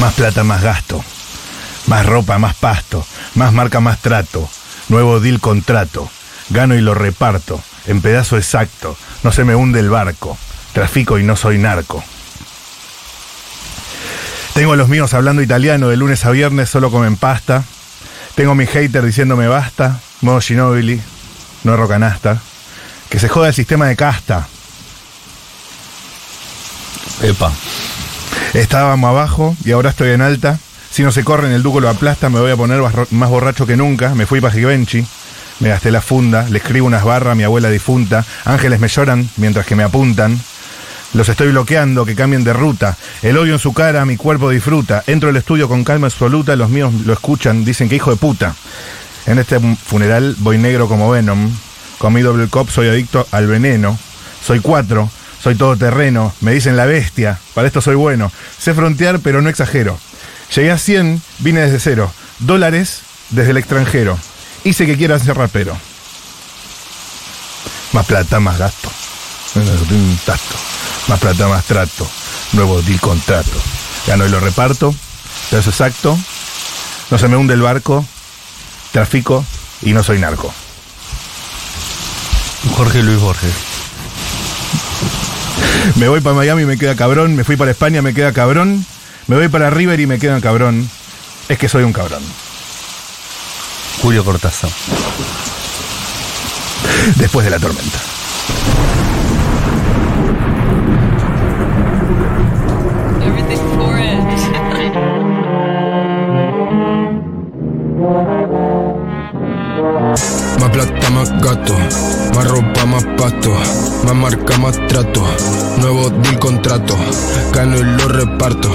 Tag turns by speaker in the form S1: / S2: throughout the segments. S1: Más plata, más gasto. Más ropa, más pasto. Más marca, más trato. Nuevo deal, contrato. Gano y lo reparto. En pedazo exacto. No se me hunde el barco. Trafico y no soy narco. Tengo a los míos hablando italiano de lunes a viernes, solo comen pasta. Tengo a mi hater diciéndome basta. Modo Ginobili. No erro canasta. Que se joda el sistema de casta.
S2: Epa.
S1: Estábamos abajo y ahora estoy en alta. Si no se corren, el Duco lo aplasta, me voy a poner barro- más borracho que nunca. Me fui para Givenchy, me gasté la funda, le escribo unas barras a mi abuela difunta. Ángeles me lloran mientras que me apuntan. Los estoy bloqueando, que cambien de ruta. El odio en su cara, mi cuerpo disfruta. Entro al estudio con calma absoluta, los míos lo escuchan, dicen que hijo de puta. En este funeral voy negro como Venom. Comí doble cop, soy adicto al veneno. Soy cuatro, soy todoterreno. Me dicen la bestia. Para esto soy bueno. Sé frontear, pero no exagero. Llegué a 100, vine desde cero. Dólares desde el extranjero. Hice que quiera ser rapero. Más plata, más gasto. Un tacto. Más plata, más trato. Nuevo deal, contrato. Gano y lo reparto. Pedazo exacto. No se me hunde el barco. Trafico y no soy narco.
S2: Jorge Luis Borges.
S1: Me voy para Miami y me queda cabrón. Me fui para España, me queda cabrón. Me voy para River y me queda cabrón. Es que soy un cabrón.
S2: Julio Cortázar.
S1: Después de la tormenta.
S3: Everything for it.
S4: Más plata, más gato, más ropa, más pasto, más marca, más trato. Nuevo deal, contrato, gano y lo reparto.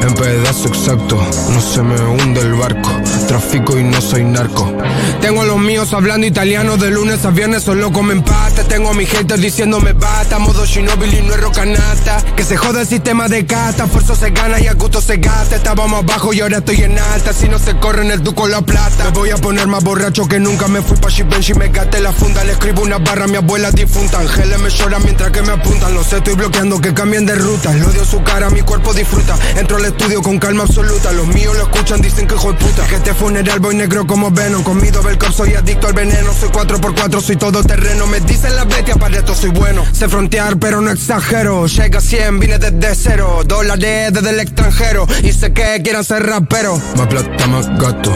S4: En pedazo exacto, no se me hunde el barco. Trafico y no soy narco. Tengo a los míos hablando italiano de lunes a viernes, solo comen pasta. Tengo a mis haters diciéndome basta, modo Ginobili no es rocanata. Que se joda el sistema de casta, esfuerzo se gana y a gusto se gasta. Estábamos abajo y ahora estoy en alta, si no se corren el duco la plata. Me voy a poner más borracho que nunca, me fui pa' Givenchy, me gasté la funda. Le escribo una barra a mi abuela difunta, ángeles me lloran mientras que me apuntan. Los estoy bloqueando que cambien de ruta, lo odio su cara, mi cuerpo disfruta. Entro al estudio con calma absoluta, los míos lo escuchan, dicen que hijo de puta. Que este funeral voy negro como Venom, con mi double cup soy adicto al veneno. Soy 4x4, soy todo terreno, me dicen la bestia, para esto soy bueno. Sé frontear pero no exagero, llega a 100, vine desde cero. Dólares desde el extranjero, y sé que quieran ser raperos. Más plata, más gato,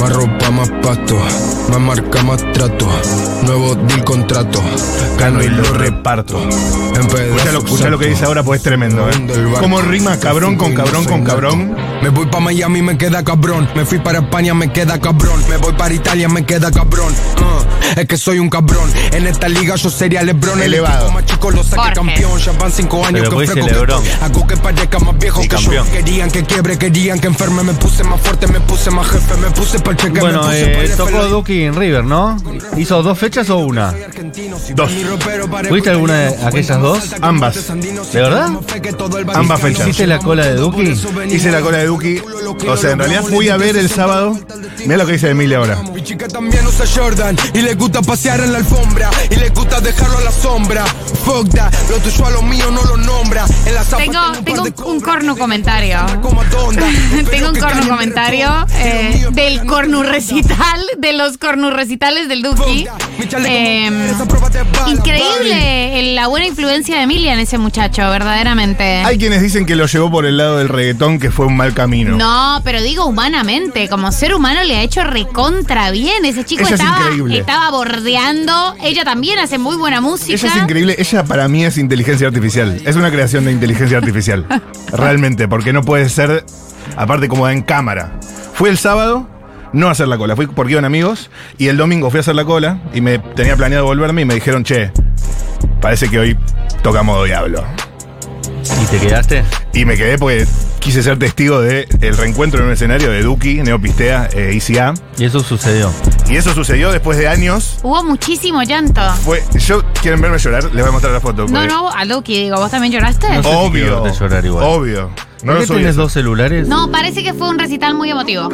S4: más ropa, más pasto, más marca, más trato. Nuevo deal, contrato,
S1: Gano y lo reparto.
S4: en pedazos
S1: Escucha lo, escuchá lo que dice ahora porque es tremendo. ¿eh? ¿Cómo rima cabrón con cabrón con cabrón?
S4: Me voy pa' Miami, me queda cabrón. Me fui para España, me queda cabrón. Me voy para Italia, me queda cabrón. Ah, es que soy un cabrón. En esta liga yo sería Lebron. El
S1: Elevado.
S4: equipo más chico lo saqué
S3: Jorge.
S4: campeón. Ya van cinco años
S2: Pero ¿cómo
S4: que
S2: dice
S4: fresco que
S2: Lebrón?
S4: estoy. Hago que parezca más viejo
S2: Y
S4: que
S2: campeón.
S4: yo. Querían que quiebre, querían que enferme. Me puse más fuerte, me puse más jefe. Me puse pa'l cheque, me
S2: Bueno,
S4: puse
S2: eh,
S4: pa'l NFL.
S2: tocó Duki en River, ¿no? ¿Hizo dos fechas o una?
S4: Soy argentino, soy
S1: Dos.
S4: mi ropero, parezco
S2: ¿Fuiste alguna de
S4: italiano,
S2: aquellas dos?
S1: Ambas.
S2: ¿De verdad?
S1: Ambas fechas.
S2: ¿Hiciste la cola de Duki?
S1: Hice la cola de Duki. O sea, en realidad fui a ver el sábado. Mira lo que dice Emilia ahora.
S4: Mi chica también usa Jordan y le gusta pasear en la alfombra y le gusta dejarlo a la sombra. Fuck that, lo tuyo a lo mío no lo nombra. En la zapa
S3: Tengo,
S4: par
S3: tengo
S4: de
S3: un, un
S4: cobras,
S3: corno comentario.
S4: como Donda.
S3: Tengo
S4: Espero
S3: un
S4: que
S3: corno
S4: callen el
S3: comentario
S4: refrán.
S3: eh,
S4: Dios mío,
S3: del
S4: no
S3: cornu
S4: te
S3: recital, de los cornu recitales del Duki.
S4: Fuck that, mi chaleco
S3: Eh,
S4: como esa prueba de bala, Barbie.
S3: increíble el- la buena influencia de Emilia en ese muchacho, verdaderamente.
S1: Hay quienes dicen que lo llevó por el lado del reggaetón, que fue un mal camino.
S3: No, pero digo humanamente, como ser humano le ha hecho recontra bien. Ese chico
S1: Eso es
S3: estaba,
S1: increíble.
S3: estaba bordeando. Ella también hace muy buena música.
S1: Ella es increíble, ella para mí es inteligencia artificial. Es una creación de inteligencia artificial. Realmente, porque no puede ser, aparte como en cámara. Fui el sábado, no a hacer la cola, fui porque iban amigos, y el domingo fui a hacer la cola, y me tenía planeado volverme, y me dijeron, che, parece que hoy toca modo diablo.
S2: ¿Y te quedaste?
S1: Y me quedé porque quise ser testigo del el reencuentro en un escenario de Duki, Neopistea, eh, ICA.
S2: Y eso sucedió.
S1: Y eso sucedió después de años.
S3: Hubo muchísimo llanto.
S1: Fue, yo, ¿quieren verme llorar? Les voy a mostrar la foto.
S3: No,
S1: porque-
S3: no, a Duki, digo, ¿vos también lloraste?
S2: No sé. si quiero
S1: Obvio.
S2: verte llorar igual.
S1: Obvio. No
S2: ¿Por
S1: lo
S2: qué
S1: subí.
S2: tienes dos celulares?
S3: No, parece que fue un recital muy emotivo.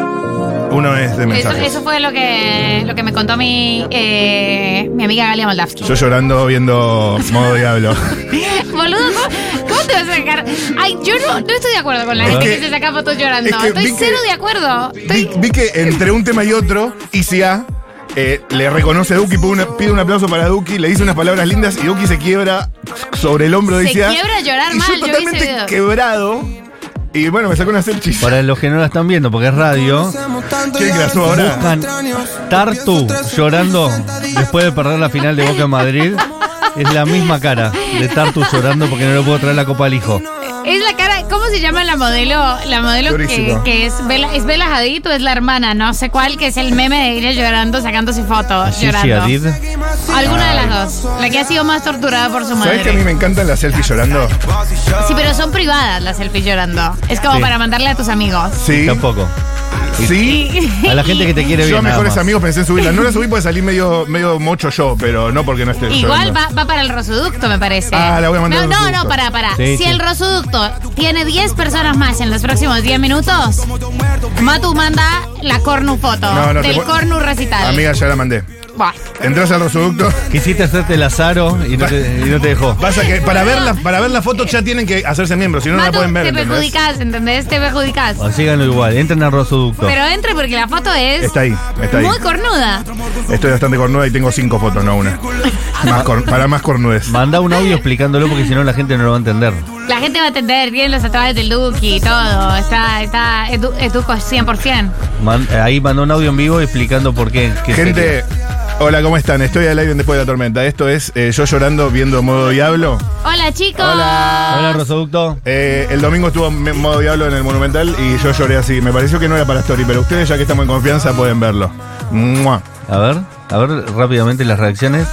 S1: Uno es de
S3: Eso,
S1: mensajes.
S3: eso fue lo que, lo que me contó mi, eh, mi amiga Galia Moldavsky.
S1: Yo llorando viendo modo diablo.
S3: Boludo, ¿cómo, cómo ¿Cómo te vas a sacar? Ay, yo no, no estoy de acuerdo con la
S1: Es
S3: gente que,
S1: que-
S3: se saca fotos llorando.
S1: es que vi
S3: estoy
S1: que-
S3: cero de acuerdo.
S1: Vi,
S3: Estoy,
S1: vi que entre un tema y otro, ICA eh, le reconoce a Duki, pide, una- pide un aplauso para Duki, le dice unas palabras lindas y Duki se quiebra sobre el hombro de
S3: Se
S1: ICA.
S3: quiebra a llorar
S1: y
S3: mal,
S1: Yo
S3: yo vi
S1: totalmente
S3: ese video.
S1: quebrado. Y bueno, me sacó una selchis.
S2: Para los que no la están viendo, porque es radio,
S1: ¿Quién grasó ahora?
S2: Buscan Tartu llorando después de perder la final de Boca en Madrid. Es la misma cara de Tartu llorando porque no le puedo traer la copa al hijo.
S3: es la cara, ¿cómo se llama la modelo? La modelo que,
S1: Durísimo.
S3: que es Bella, es Bella Hadid o es la hermana, no sé cuál, que es el meme de ella llorando, sacándose fotos,
S2: Así sí,
S3: llorando.
S2: Adid.
S3: Alguna de las dos. La que ha sido más torturada por su madre.
S1: ¿Sabes que a mí me encantan las selfies llorando?
S3: Sí, pero son privadas las selfies llorando. Es como
S2: Sí.
S3: para mandarle a tus amigos.
S1: Sí.
S2: Tampoco.
S1: Sí.
S2: A la gente que te quiere
S1: Yo a
S2: bien. nada
S1: mejores
S2: más.
S1: amigos pensé en subirla. No la subí porque salí medio, medio mocho yo, pero no porque no esté
S3: Igual
S1: llorando.
S3: va, va para el rosoducto, me parece.
S1: Ah, la voy a mandar al
S3: No, no,
S1: rosoducto.
S3: no, para, para.
S2: Sí,
S3: si
S2: sí.
S3: el rosoducto tiene 10 personas más en los próximos 10 minutos, Matu manda la cornu foto
S1: No, no, te
S3: del
S1: pon-
S3: cornu recital.
S1: Amiga, ya la mandé.
S3: Buah.
S1: Entras al resoducto.
S2: Quisiste hacerte el azaro y no te, y no te dejó.
S1: Pasa que para ver, la, para ver la foto ya tienen que hacerse miembros, si no, no la
S3: Matu,
S1: pueden ver.
S3: te
S1: ¿entendés?
S3: perjudicás, ¿entendés? Te perjudicás.
S2: O síganlo igual, entren al Rosoducto.
S3: Pero entre porque la foto es
S1: Está ahí, está ahí.
S3: muy cornuda.
S1: Estoy bastante cornuda y tengo cinco fotos, no una. Más cor- para más cornudes.
S2: Manda un audio explicándolo porque si no la gente no lo va a entender.
S3: La gente va a entender bien los tatuajes del Duki y todo. Está, está, es, du- es Duco 100%.
S2: Man- eh, ahí mandó un audio en vivo explicando por qué. qué
S1: Gente,
S2: sería.
S1: hola, ¿cómo están? Estoy al aire en después de la tormenta. Esto es eh, Yo llorando viendo modo diablo.
S3: Hola chicos.
S2: Hola Rosoducto.
S1: Eh, el domingo estuvo en modo diablo en el Monumental y yo lloré así. Me pareció que no era para Story, pero ustedes, ya que estamos en confianza, pueden verlo. Mua.
S2: A ver, a ver rápidamente las reacciones.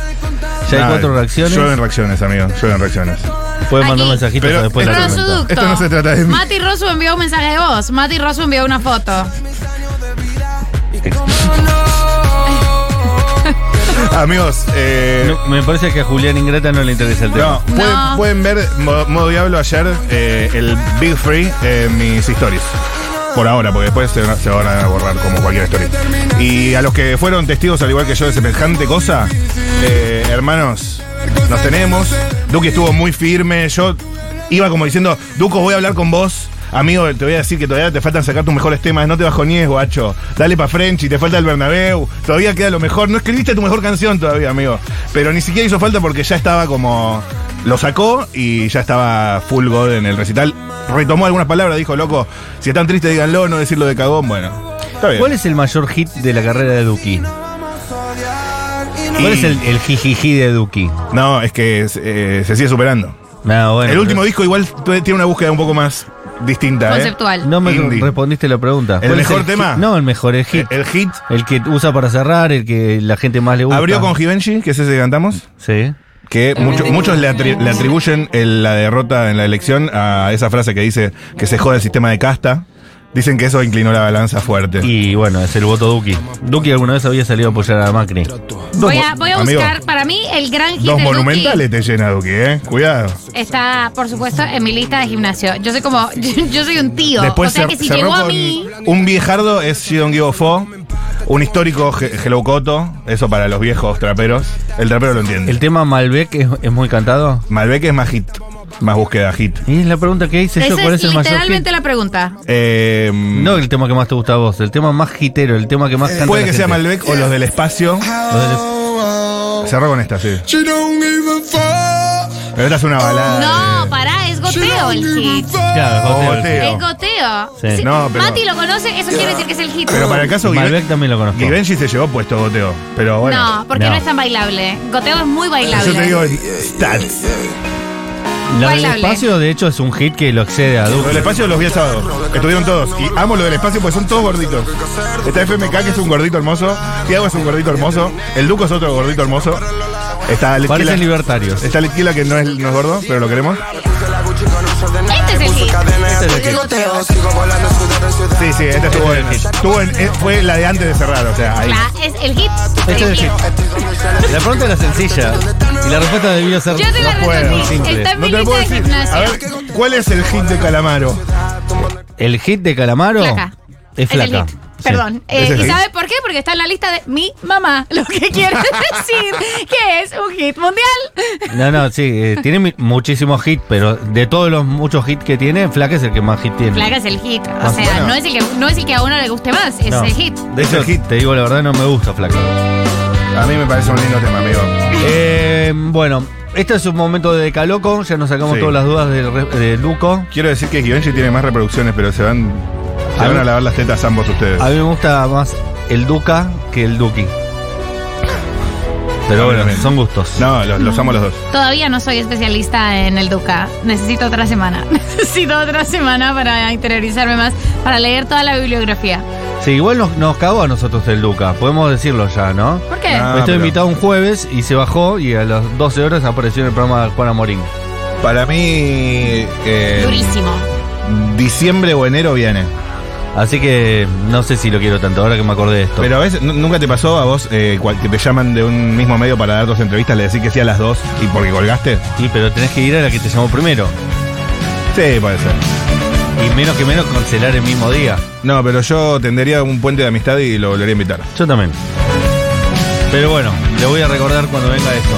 S2: Ya hay
S1: Nada,
S2: cuatro reacciones.
S1: Llueven reacciones, amigo. Llueven reacciones.
S2: Pueden mandar
S3: Aquí.
S2: mensajitos
S1: Pero-
S2: para después de la
S1: Pero
S2: tormenta.
S3: Rosoducto.
S1: Esto no se trata de mí.
S3: Mati Rosso envió un mensaje de voz. Mati Rosso envió una foto.
S1: Amigos, eh,
S2: No, me parece que a Julián Ingrata no le interesa el tema.
S1: No, pueden,
S3: No.
S1: pueden ver Mo- Modo Diablo ayer, eh, el Big Free, eh, mis stories. Por ahora, porque después se, se van a borrar como cualquier story. Y a los que fueron testigos, al igual que yo, de semejante cosa, eh, hermanos, nos tenemos. Duque estuvo muy firme. Yo iba como diciendo, Duco, voy a hablar con vos. Amigo, te voy a decir que todavía te faltan sacar tus mejores temas. No te bajonies, guacho. Dale pa' Frenchy, te falta el Bernabéu. Todavía queda lo mejor. No escribiste tu mejor canción todavía, amigo. Pero ni siquiera hizo falta porque ya estaba como... Lo sacó y ya estaba full god en el recital. Retomó algunas palabras, dijo, loco, si están tristes díganlo, no decirlo de cagón. Bueno, está bien.
S2: ¿Cuál es el mayor hit de la carrera de Duki? ¿Cuál
S1: Y-
S2: es el, el jijiji de Duki?
S1: No, es que eh, se sigue superando.
S2: No, bueno,
S1: el último
S2: pero-
S1: disco igual tu- tiene una búsqueda un poco más distinta. ¿eh?
S3: Conceptual.
S2: No me
S1: Indie.
S2: respondiste la pregunta.
S1: ¿El
S2: ¿Cuál es
S1: mejor tema?
S2: hit? No, el mejor, el hit.
S1: El hit
S2: El que usa para cerrar, el que la gente más le gusta.
S1: abrió con Givenchy, que es ese que cantamos.
S2: Sí.
S1: Que mucho- muchos le, atri- le atribuyen el- la derrota en la elección a esa frase que dice que se jode el sistema de casta. Dicen que eso inclinó la balanza fuerte.
S2: Y bueno, es el voto Duki. Duki alguna vez había salido a apoyar a Macri.
S1: Dos
S3: Voy
S1: mo-
S3: a, voy a
S1: amigo,
S3: buscar para mí el gran hit
S1: Dos
S3: de Duki.
S1: monumentales te llena, Duki, ¿eh? Cuidado.
S3: Está, por supuesto, en mi lista de gimnasio. Yo soy como, yo, yo soy un tío.
S1: Después
S3: o sea
S1: cer-
S3: que si
S1: cerró
S3: llegó a
S1: con
S3: mí.
S1: un viejardo es She Don't Give a Fo, un histórico Ge- Hello Coto, eso para los viejos traperos. El trapero lo entiende.
S2: ¿El tema Malbec es, es muy cantado?
S1: Malbec es más hit, más búsqueda hit.
S2: Y es la pregunta que hice yo,
S3: Esa
S2: ¿cuál
S3: es
S2: es el mayor hit?
S3: literalmente la pregunta.
S1: Eh,
S2: No el tema que más te gusta a vos, el tema más hitero, el tema que más canta
S1: Eh, puede
S2: la
S1: que sea
S2: gente.
S1: Malbec o los del espacio. Cerró con esta, sí.
S4: She don't give a fuck.
S1: Pero esta es una balada.
S3: No, pará, es
S4: She
S3: goteo
S4: don't
S3: el
S4: give a
S3: hit.
S4: fuck.
S2: Claro,
S1: Goteo.
S2: Goteo.
S3: Es goteo.
S2: Sí.
S1: No, pero-
S3: Mati lo conoce, eso quiere decir que es el hit.
S1: Pero para el caso,
S2: Malbec
S1: Given-
S2: también lo conozco.
S1: Givenchy se llevó puesto goteo. Pero bueno.
S3: no, porque no.
S2: No.
S3: es tan bailable. Goteo es muy bailable.
S1: Yo te digo, stats.
S2: La del
S3: Bailable.
S2: espacio, de hecho, es un hit que lo excede a
S1: Lo
S2: Duki.
S1: del espacio los vi el sábado. Estuvieron todos. Y amo lo del espacio porque son todos gorditos. Está FMK, que es un gordito hermoso. Tiago es un gordito hermoso. El Duco es otro gordito hermoso. Está Letquila.
S2: Parecen libertarios.
S1: Está Letquila, que no es, no es gordo, pero lo queremos.
S3: Este es el hit.
S1: Sí, sí, esta estuvo en. estuvo en- eh, fue la de antes de cerrar, o sea, ahí.
S3: La- es el hit.
S2: Este
S3: El
S2: es
S3: hit.
S2: el La pregunta era sencilla. Y la respuesta debió ser.
S3: Yo te la
S2: no puedo,
S3: respondí.
S2: simple.
S3: Está en
S1: No
S3: mi
S1: te lo
S3: lista
S1: puedo
S3: de
S1: decir. A
S3: gimnasio.
S1: ver, ¿cuál es el hit de Calamaro?
S2: El hit de Calamaro
S3: Flaca.
S2: es
S3: Es el
S2: flaca.
S3: hit. Perdón. Eh,
S1: Ese
S3: ¿Y
S1: sí.
S3: sabe por qué? Porque está en la lista de mi mamá. Lo que quiere decir que es un hit mundial.
S2: No, no, sí, eh, tiene mi- muchísimos hits, pero de todos los muchos hits que tiene, Flaca es el que más hit tiene.
S3: Flaca es el hit. O
S2: Ah,
S3: sea,
S1: bueno.
S3: no, es el que, no es el que a uno le guste más, es
S2: No.
S3: el hit.
S2: De hecho,
S1: Es el hit.
S2: te digo la verdad, no me gusta Flaca.
S1: A mí me parece un lindo tema, amigo.
S2: Eh, bueno, este es un momento de Caloco, ya nos sacamos
S1: Sí.
S2: todas las dudas del re- de Luco.
S1: Quiero decir que Givenchy tiene más reproducciones, pero se van, se
S2: A
S1: van
S2: ver.
S1: a lavar las tetas ambos ustedes.
S2: A mí me gusta más el Duca que el Duki. Pero bueno,
S1: Obviamente.
S2: son gustos.
S1: No, los, los amo los dos.
S3: Todavía no soy especialista en el Duca. Necesito otra semana. Necesito otra semana para interiorizarme más, para leer toda la bibliografía.
S2: Sí, igual nos, nos cagó a nosotros el Duca, podemos decirlo ya, ¿no?
S3: ¿Por qué?
S1: No. Ah,
S2: Estoy
S1: pero-
S2: invitado un jueves y se bajó y a las 12 horas apareció en el programa de Juana Morín.
S1: Para mí, eh,
S3: Durísimo.
S1: diciembre o enero viene.
S2: Así que no sé si lo quiero tanto, ahora que me acordé de esto.
S1: Pero a veces, nu- ¿nunca te pasó a vos eh, cual- que te llaman de un mismo medio para dar dos entrevistas, le decís que sí a las dos y porque colgaste?
S2: Sí, pero tenés que ir a la que te llamó primero.
S1: Sí, puede ser.
S2: Y menos que menos cancelar el mismo día.
S1: No, pero yo tendería un puente de amistad y lo volvería a invitar.
S2: Yo también. Pero bueno, le voy a recordar cuando venga esto.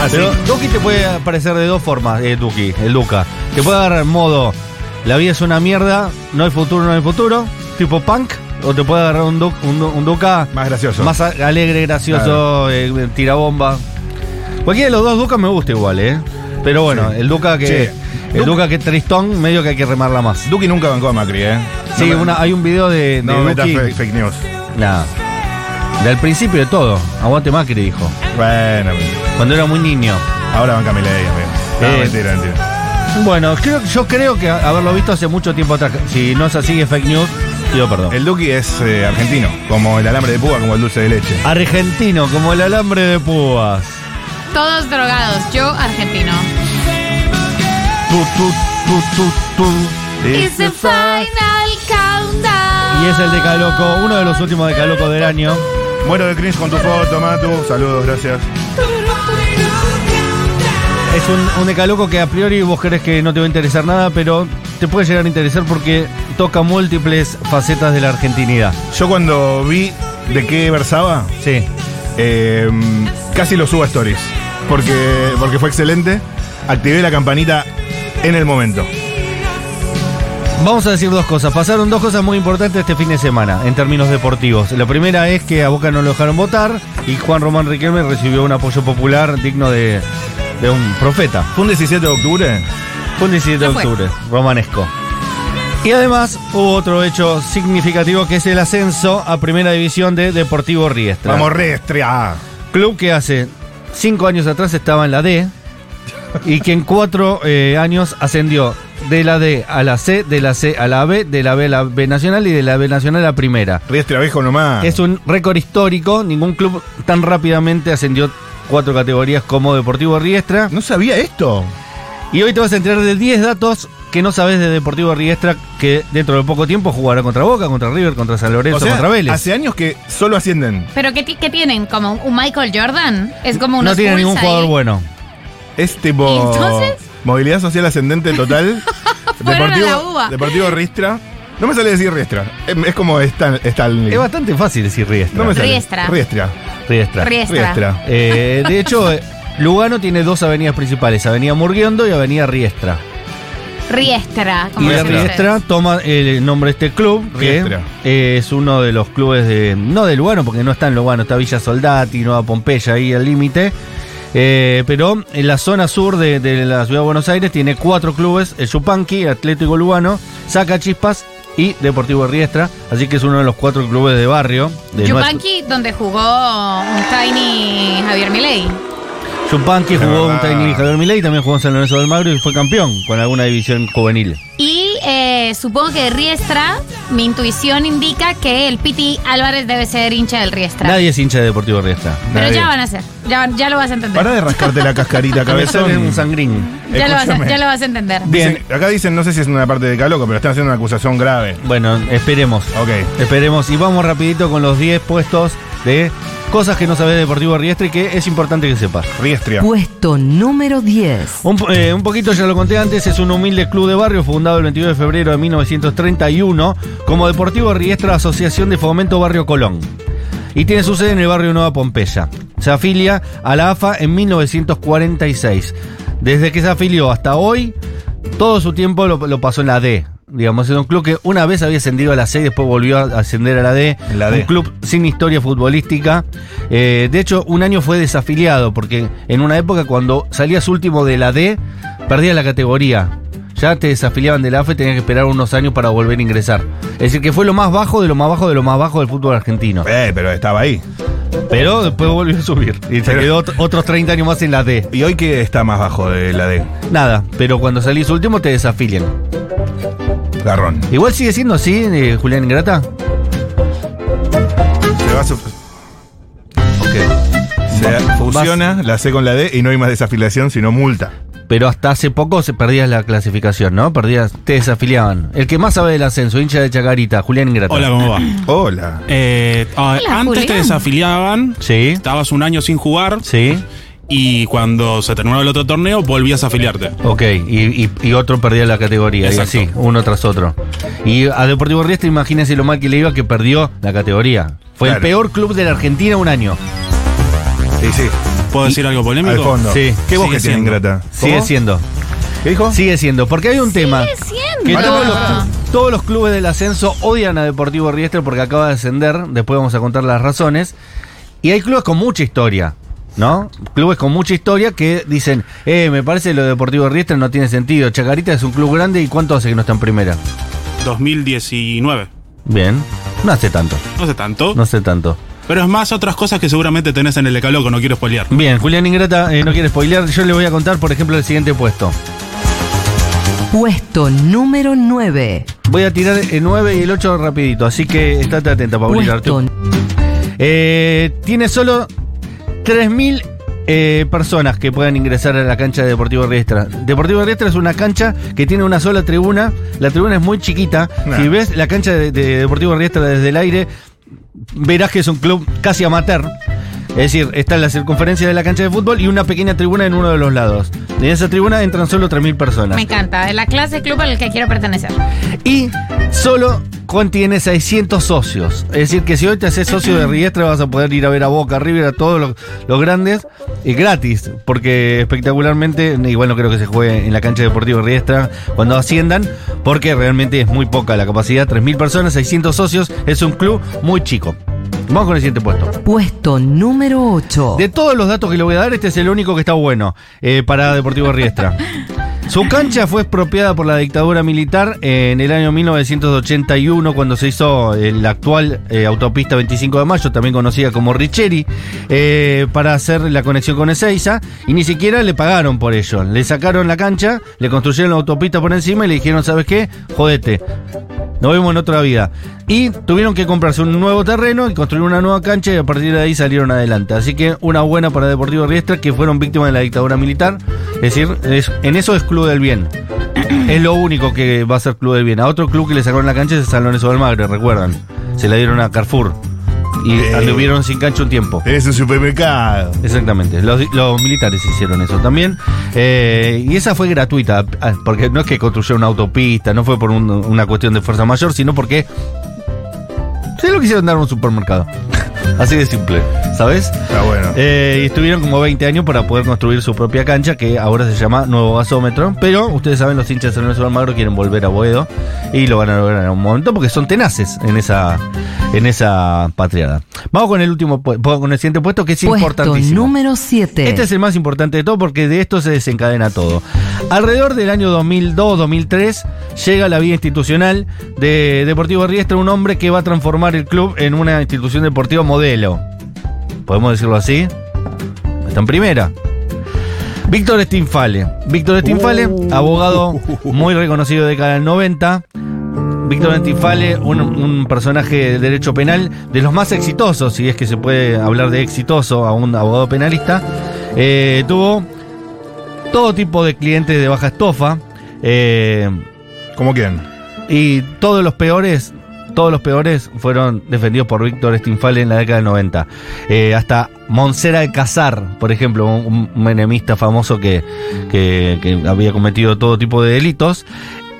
S1: Ah,
S2: Pero Duki te puede aparecer de dos formas, eh, Duki, el Duca. Te puede agarrar en modo, la vida es una mierda, no hay futuro, no hay futuro, tipo punk, o te puede agarrar un, du- un du- un Duca
S1: Más gracioso.
S2: más a- alegre, gracioso,
S1: Claro.
S2: eh, tirabomba. Cualquiera de los dos Ducas me gusta igual, ¿eh? Pero bueno, el Duca que...
S1: Che,
S2: El
S1: Duca-
S2: Duca que tristón, medio que hay que remarla más.
S1: Duki nunca bancó a Macri, ¿eh?
S2: Sí,
S1: No me-
S2: una- hay un video de, de
S1: No me metas
S2: Duki.
S1: fake, fake news.
S2: Nada. Del principio de todo. Aguante Macri, dijo.
S1: Bueno,
S2: Cuando era muy niño.
S1: ahora banca Milei, amigo. No,
S2: Eh.
S1: mentira, mentira.
S2: Bueno, creo, yo creo que haberlo visto hace mucho tiempo atrás. Si no es así, es fake news. Pido perdón.
S1: El Duki es eh, argentino, como el alambre de púa, como el dulce de leche.
S2: Argentino, como el alambre de púas.
S3: Todos drogados. Yo, argentino.
S1: Tu, tu, tu, tu, tu.
S3: It's the final countdown.
S2: Y es el de Caloco, uno de los últimos de Caloco del año.
S1: Muero de cringe con tu foto, Matu. Saludos, gracias.
S2: Es un, un decaloco que a priori vos crees que no te va a interesar nada, pero te puede llegar a interesar porque toca múltiples facetas de la argentinidad.
S1: Yo cuando vi de qué versaba,
S2: Sí.
S1: eh, casi lo subo a Stories, porque, porque fue excelente. Activé la campanita en el momento.
S2: Vamos a decir dos cosas. Pasaron dos cosas muy importantes este fin de semana en términos deportivos. La primera es que a Boca no lo dejaron votar y Juan Román Riquelme recibió un apoyo popular digno de, de un profeta.
S1: Fue un 17 de octubre.
S2: Fue un 17 de
S3: No fue.
S2: octubre, romanesco. Y además hubo otro hecho significativo que es el ascenso a primera división de Deportivo Riestra.
S1: Vamos, restria.
S2: Club que hace cinco años atrás estaba en la D y que en cuatro eh, años ascendió de la D a la C, de la C a la B, de la B a la B Nacional y de la B Nacional a la Primera.
S1: Riestra viejo nomás.
S2: Es un récord histórico, ningún club tan rápidamente ascendió cuatro categorías como Deportivo Riestra.
S1: No sabía esto.
S2: Y hoy te vas a enterar de 10 datos que no sabes de Deportivo Riestra que dentro de poco tiempo jugará contra Boca, contra River, contra San Lorenzo,
S1: O sea,
S2: contra Vélez.
S1: hace años que solo ascienden.
S3: ¿Pero qué, ti- qué tienen? ¿Como un Michael Jordan? Es como unos
S2: No tiene ningún
S3: Bulls ahí.
S2: jugador bueno.
S1: Es tipo.
S3: ¿Y entonces?
S1: Movilidad social ascendente total.
S3: Fueron a la uva.
S1: Deportivo Riestra. No me sale decir Riestra. Es, es como Stan, Stanley.
S2: Es bastante fácil decir Riestra.
S1: No me sale.
S3: Riestra.
S1: Riestra.
S2: Riestra.
S3: Riestra.
S1: Riestra.
S2: Eh, de hecho, eh, Lugano tiene dos avenidas principales, Avenida Murguiondo y Avenida Riestra.
S3: Riestra.
S2: Y
S3: como
S2: la
S3: dicen
S2: Riestra
S3: ustedes.
S2: toma el nombre de este club, que
S1: Riestra.
S2: eh, es uno de los clubes de, no de Lugano, porque no está en Lugano, está Villa Soldati, Nueva Pompeya, ahí al límite. Eh, pero en la zona sur de, de la ciudad de Buenos Aires tiene cuatro clubes, el Chupanqui, Atlético Lugano, Saca Chispas y Deportivo Riestra, así que es uno de los cuatro clubes de barrio. De nuestro-
S3: Yupanqui, donde jugó un tiny Javier Milei.
S2: Chupanqui jugó un
S1: verdad.
S2: técnico Javier Milei, también jugó en San Lorenzo del Magro y fue campeón con alguna división juvenil.
S3: Y eh, supongo que Riestra, mi intuición indica que el Piti Álvarez debe ser hincha del Riestra.
S2: Nadie es hincha de Deportivo Riestra.
S3: Pero
S1: Nadie.
S3: ya van a ser, ya, ya lo vas a entender.
S1: Para de rascarte la cascarita,
S2: Me sale un
S1: cabezón.
S2: sangrín.
S3: ya, lo vas a,
S1: Escúchame.
S3: ya lo vas a entender.
S1: Dicen-
S2: Bien.
S1: acá dicen, no sé si es una parte de Caloco, pero están haciendo una acusación grave.
S2: Bueno, esperemos.
S1: Ok.
S2: Esperemos. Y vamos rapidito con los 10 puestos de cosas que no sabes de Deportivo Riestra y que es importante que sepas.
S1: Riestria.
S5: Puesto número 10.
S2: Un, po- eh, un poquito, ya lo conté antes, es un humilde club de barrio fundado el 22 de febrero de 1931 como Deportivo Riestra Asociación de Fomento Barrio Colón. Y tiene su sede en el barrio Nueva Pompeya. Se afilia a la AFA en 1946. Desde que se afilió hasta hoy, todo su tiempo lo, lo pasó en la D. Digamos, es un club que una vez había ascendido a la C y después volvió a ascender a la D.
S1: En la
S2: Un
S1: D.
S2: club sin historia futbolística. Eh, de hecho, un año fue desafiliado, porque en una época cuando salías último de la D, perdías la categoría. Ya te desafiliaban de la AFE, tenías que esperar unos años para volver a ingresar. Es decir, que fue lo más bajo de lo más bajo de lo más bajo del fútbol argentino.
S1: Eh, pero estaba ahí.
S2: Pero después volvió a subir. Y se
S1: Pero-
S2: quedó ot- otros 30 años más en la D.
S1: ¿Y hoy qué está más bajo de la D?
S2: Nada, pero cuando salís último te desafilian.
S1: Garrón.
S2: Igual sigue siendo así, eh, Julián Ingrata.
S1: Se va a su- Se
S2: Va-
S1: fusiona la C con la D y no hay más desafiliación, sino multa.
S2: Pero hasta hace poco se perdías la clasificación, ¿no? Perdías, te desafiliaban. El que más sabe del ascenso, hincha de Chacarita, Julián Ingrata.
S6: Hola, ¿cómo va?
S1: Hola.
S6: Eh, ah,
S3: Hola,
S6: antes te
S3: Julián.
S6: desafiliaban,
S2: Sí,
S6: estabas un año sin jugar
S2: sí.
S6: y cuando se terminó el otro torneo volvías a afiliarte.
S2: Ok, y, y- y otro perdía la categoría, y
S6: Exacto.
S2: así, uno tras otro. Y a Deportivo Riestra, imagínense lo mal que le iba que perdió la categoría. Fue el
S1: Claro.
S2: peor club de la Argentina un año.
S1: Sí, sí.
S6: ¿Puedo decir algo polémico?
S1: Al fondo.
S2: Sí.
S1: ¿Qué voz
S6: Sigue
S1: que tiene
S6: siendo.
S1: Ingrata?
S2: Sigue
S1: ¿Cómo?
S2: siendo,
S1: ¿Qué dijo?
S2: sigue siendo. Porque hay un tema.
S3: siendo.
S2: Que todos los, todos los clubes del ascenso odian a Deportivo Riestra porque acaba de ascender. Después vamos a contar las razones. Y hay clubes con mucha historia, ¿no? Clubes con mucha historia que dicen, eh, me parece que lo de Deportivo Riestra no tiene sentido. Chacarita es un club grande y ¿cuánto hace que no está en primera?
S6: 2019.
S2: Bien, no hace tanto,
S6: No sé tanto.
S2: no hace tanto.
S6: Pero es más otras cosas que seguramente tenés en el decaloco, no quiero spoilear.
S2: Bien, Julián Ingrata eh, no quiere spoilear. Yo le voy a contar, por ejemplo, el siguiente puesto.
S5: Puesto número 9.
S2: Voy a tirar el 9 y el 8 rapidito, así que estate atenta, Paulina.
S5: Puesto
S2: Eh, tiene solo 3.000 eh, personas que puedan ingresar a la cancha de Deportivo Riestra. Deportivo Riestra es una cancha que tiene una sola tribuna. La tribuna es muy chiquita.
S1: Nah.
S2: Si ves la cancha de, de Deportivo Riestra desde el aire, verás que es un club casi amateur. Es decir, está en la circunferencia de la cancha de fútbol y una pequeña tribuna en uno de los lados. En esa tribuna entran solo 3.000 personas.
S3: Me encanta, es la clase de club al que quiero pertenecer.
S2: Y solo contiene 600 socios. Es decir, que si hoy te haces socio de Riestra vas a poder ir a ver a Boca, a River, a todos los, los grandes y gratis. Porque espectacularmente, igual no creo que se juegue en la cancha deportiva de Riestra cuando asciendan, porque realmente es muy poca la capacidad. 3.000 personas, 600 socios, es un club muy chico. Vamos con el siguiente puesto.
S5: Puesto número 8.
S2: De todos los datos que le voy a dar, este es el único que está bueno eh, para Deportivo Riestra. Su cancha fue expropiada por la dictadura militar eh, en el año 1981 cuando se hizo eh, la actual eh, autopista 25 de Mayo, también conocida como Richeri, eh, para hacer la conexión con Ezeiza y ni siquiera le pagaron por ello. Le sacaron la cancha, le construyeron la autopista por encima y le dijeron, ¿sabes qué? Jodete, nos vemos en otra vida. Y tuvieron que comprarse un nuevo terreno y construir una nueva cancha y a partir de ahí salieron adelante. Así que una buena para Deportivo Riestra que fueron víctimas de la dictadura militar. Es decir, es- en eso es Club del Bien. Es lo único que va a ser Club del Bien. A otro club que le sacaron la cancha es San Lorenzo del Magre, recuerdan. Se la dieron a Carrefour. Y
S1: Eh.
S2: anduvieron sin cancha un tiempo.
S1: Tenés un supermercado.
S2: Exactamente, los, los militares hicieron eso también. Eh, y esa fue gratuita, ah, porque no es que construyó una autopista, no fue por un- una cuestión de fuerza mayor, sino porque se lo quisieron dar a un supermercado. Así de simple, ¿sabes?
S1: Está bueno.
S2: Eh, y estuvieron como 20 años para poder construir su propia cancha, que ahora se llama Nuevo Gasómetro. Pero ustedes saben, los hinchas de San Lorenzo de Almagro quieren volver a Boedo y lo van a lograr en un momento porque son tenaces en esa, en esa patriada. Vamos con el último pu- con el siguiente puesto que es
S5: Puesto
S2: importantísimo.
S5: número 7.
S2: Este es el más importante de todo porque de esto se desencadena todo. Alrededor del año 2002-2003 llega a la vida institucional de Deportivo Riestra, un hombre que va a transformar el club en una institución deportiva modelo. ¿Podemos decirlo así? Está en primera. Víctor Stinfale. Víctor Stinfale, abogado muy reconocido de cara al 90. Víctor Antifale, un, un personaje de derecho penal de los más exitosos, si es que se puede hablar de exitoso a un abogado penalista, eh, tuvo todo tipo de clientes de baja estofa eh,
S1: ¿Cómo quién?
S2: y todos los peores Todos los peores fueron defendidos por Víctor Stinfal en la década del 90. Eh, hasta Monsera Alcazar, por ejemplo, un, un menemista famoso que, que- que había cometido todo tipo de delitos.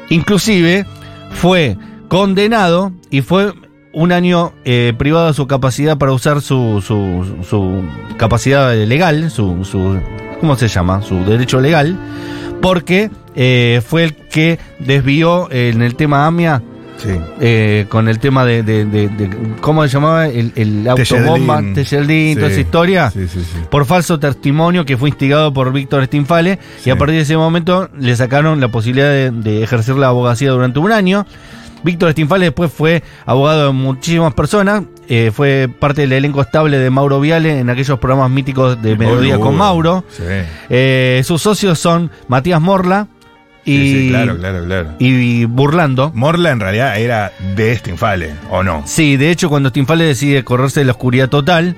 S2: Inclusive fue condenado y fue un año eh, privado de su capacidad para usar su, su, su capacidad legal, su, su- ¿cómo se llama? Su derecho legal, porque eh, fue el que desvió eh, en el tema AMIA
S1: Sí.
S2: eh, con el tema de, de- de- de- ¿cómo se llamaba? El, el autobomba,
S1: Tejeldín.
S2: Tejeldín, toda
S1: Sí.
S2: esa historia.
S1: Sí, sí, sí.
S2: Por falso testimonio que fue instigado por Víctor Stinfale,
S1: Sí.
S2: y a partir de ese momento le sacaron la posibilidad de, de ejercer la abogacía durante un año. Víctor Stinfale después fue abogado de muchísimas personas, eh, fue parte del elenco estable de Mauro Viale en aquellos programas míticos de Mediodía con
S1: Boludo.
S2: Mauro.
S1: Sí.
S2: Eh, sus socios son Matías Morla y,
S1: Sí, sí, claro, claro, claro.
S2: y Burlando.
S1: Morla en realidad era de Stinfale, ¿o no?
S2: Sí, de hecho, cuando Stinfale decide correrse de la oscuridad total,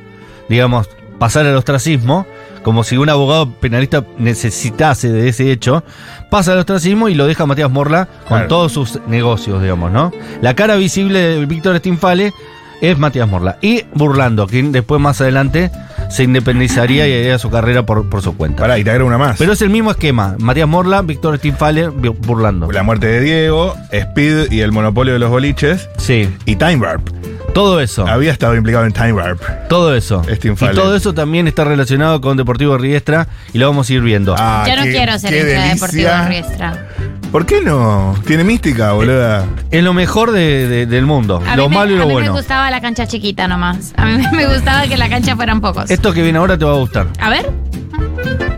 S2: digamos, pasar al ostracismo, como si un abogado penalista necesitase de ese hecho, pasa al ostracismo y lo deja a Matías Morla con
S1: Claro.
S2: todos sus negocios, digamos, ¿no? La cara visible de Víctor Stinfale es Matías Morla. Y Burlando, quien después más adelante se independizaría y haría su carrera por, por su cuenta.
S1: Pará, y te agrego una más.
S2: Pero es el mismo esquema. Matías Morla, Víctor Stinfale, Bu- Burlando.
S1: La muerte de Diego, Speed y el monopolio de los boliches
S2: Sí,
S1: y Time Warp.
S2: todo eso.
S1: Había estado implicado en Time Warp.
S2: Todo eso.
S1: Este
S2: y
S1: infale.
S2: todo eso también está relacionado con Deportivo Riestra y lo vamos a ir viendo.
S1: Ah,
S3: Yo no
S1: qué-
S3: quiero ser
S1: qué
S3: hincha de Deportivo
S1: delicia.
S3: Riestra.
S1: ¿Por qué no? Tiene mística, boluda.
S2: Es lo mejor de- de- del mundo,
S3: A
S2: lo
S3: mí me-
S2: malo y
S3: a
S2: lo
S3: mí
S2: bueno.
S3: me gustaba la cancha chiquita nomás. A mí me gustaba que la cancha fueran pocos.
S2: Esto que viene ahora te va a gustar.
S3: A ver,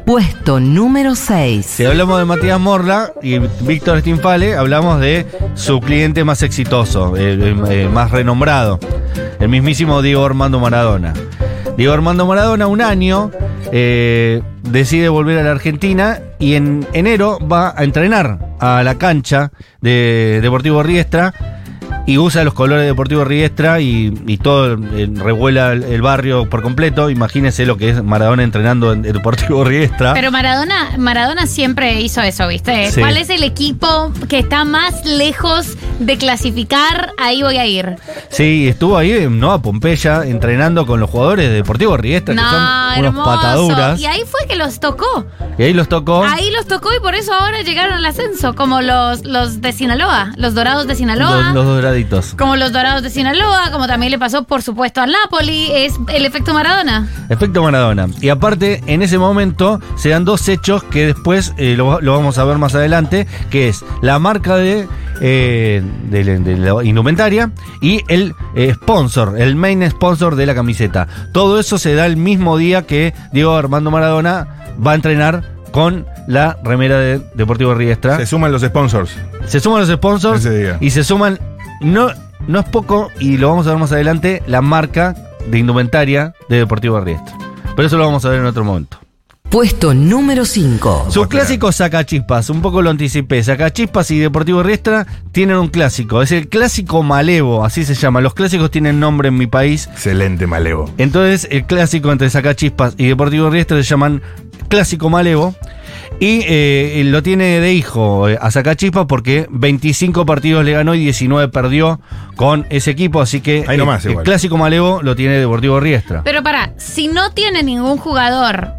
S5: Puesto número 6.
S2: Si hablamos de Matías Morla y Víctor Stinfale, hablamos de su cliente más exitoso, eh, eh, eh, más renombrado, el mismísimo Diego Armando Maradona. Diego Armando Maradona, un año, eh, decide volver a la Argentina y en enero va a entrenar a la cancha de Deportivo Riestra y usa los colores de Deportivo Riestra y, y todo eh, revuela el, el barrio por completo. Imagínese lo que es Maradona entrenando en, en Deportivo Riestra.
S3: pero Maradona, Maradona siempre hizo eso, ¿viste?
S2: Ah. Sí.
S3: ¿Cuál es el equipo que está más lejos de clasificar? Ahí voy a ir.
S2: Sí, estuvo ahí en Nueva Pompeya entrenando con los jugadores de Deportivo Riestra, que
S3: No,
S2: son unos
S3: hermoso.
S2: pataduras. Oh.
S3: Y ahí fue que los tocó.
S2: Y ahí los tocó.
S3: Ahí los tocó y por eso ahora llegaron al ascenso, como los, los de Sinaloa, los dorados de Sinaloa.
S2: los, los doraditos.
S3: Como los dorados de Sinaloa, como también le pasó, por supuesto, al Napoli, es el efecto Maradona.
S2: Efecto Maradona. Y aparte, en ese momento se dan dos hechos que después eh, lo, lo vamos a ver más adelante, que es la marca de, eh, de, la- de la indumentaria y el eh, sponsor, el main sponsor de la camiseta. Todo eso se da el mismo día que Diego Armando Maradona va a entrenar con la remera de Deportivo Riestra.
S1: Se suman los sponsors.
S2: Se suman los sponsors
S1: Ese día.
S2: y se suman, no, no es poco, y lo vamos a ver más adelante, la marca de indumentaria de Deportivo Riestra. Pero eso lo vamos a ver en otro momento.
S5: Puesto número 5.
S2: Sus clásicos sacachispas, un poco lo anticipé. Sacachispas y Deportivo Riestra tienen un clásico. Es el clásico malevo, así se llama. Los clásicos tienen nombre en mi país.
S1: Excelente, Malevo.
S2: Entonces, el clásico entre Sacachispas y Deportivo Riestra se llaman Clásico Malevo. Y eh, lo tiene de hijo eh, a Sacachispas porque 25 partidos le ganó y 19 perdió con ese equipo. Así que
S1: Ahí
S2: el-
S1: nomás,
S2: el,
S1: igual.
S2: Clásico Malevo lo tiene Deportivo Riestra.
S3: Pero para, si no tiene ningún jugador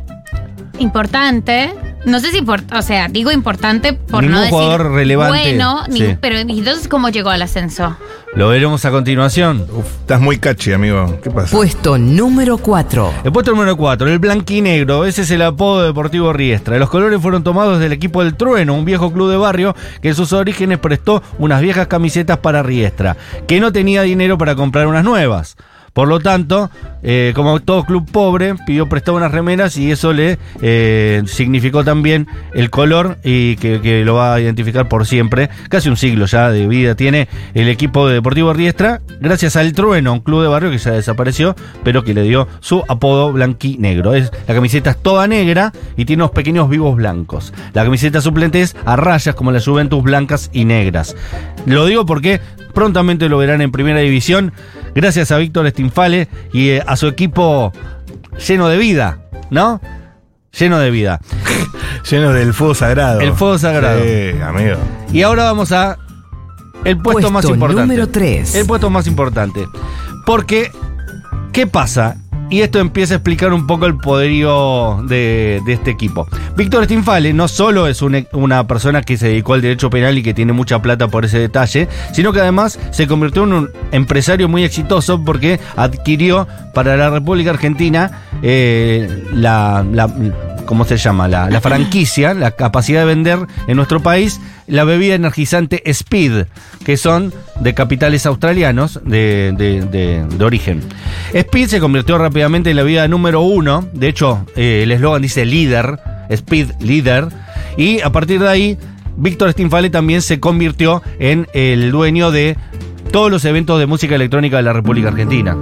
S3: importante, no sé si, por- o sea, digo importante por
S2: Ningún
S3: no decir
S2: jugador relevante,
S3: bueno, ni-
S2: sí.
S3: pero ¿y entonces cómo llegó al ascenso.
S2: Lo veremos a continuación.
S1: Uf, estás muy catchy, amigo. ¿Qué pasa?
S5: Puesto número 4.
S2: El puesto número 4, el blanquinegro, ese es el apodo de Deportivo Riestra. Los colores fueron tomados del equipo del Trueno, un viejo club de barrio que en sus orígenes prestó unas viejas camisetas para Riestra, que no tenía dinero para comprar unas nuevas. Por lo tanto, eh, como todo club pobre, pidió prestado unas remeras y eso le eh, significó también el color y que, que lo va a identificar por siempre. Casi un siglo ya de vida tiene el equipo de Deportivo Riestra, gracias al Trueno, un club de barrio que ya desapareció, pero que le dio su apodo blanquinegro. Es, la camiseta es toda negra y tiene unos pequeños vivos blancos. La camiseta suplente es a rayas como las Juventus blancas y negras. Lo digo porque prontamente lo verán en primera división, gracias a Víctor Stinfale y eh, a su equipo lleno de vida, ¿no? Lleno de vida.
S1: Lleno del fuego sagrado.
S2: El fuego sagrado.
S1: Sí, amigo.
S2: Y ahora vamos a El puesto,
S5: Puesto
S2: más importante.
S5: número tres.
S2: El puesto más importante. Porque, ¿qué pasa? Y esto empieza a explicar un poco el poderío de, de este equipo. Víctor Stinfale no solo es un- una persona que se dedicó al derecho penal y que tiene mucha plata por ese detalle, sino que además se convirtió en un empresario muy exitoso porque adquirió para la República Argentina eh, la- la, ¿cómo se llama? La, la franquicia, la capacidad de vender en nuestro país la bebida energizante Speed, que son de capitales australianos de, de- de- de origen. Speed se convirtió rápidamente en la bebida número uno, de hecho eh, el eslogan dice líder, Speed líder, y a partir de ahí Víctor Stinfale también se convirtió en el dueño de todos los eventos de música electrónica de la República Argentina.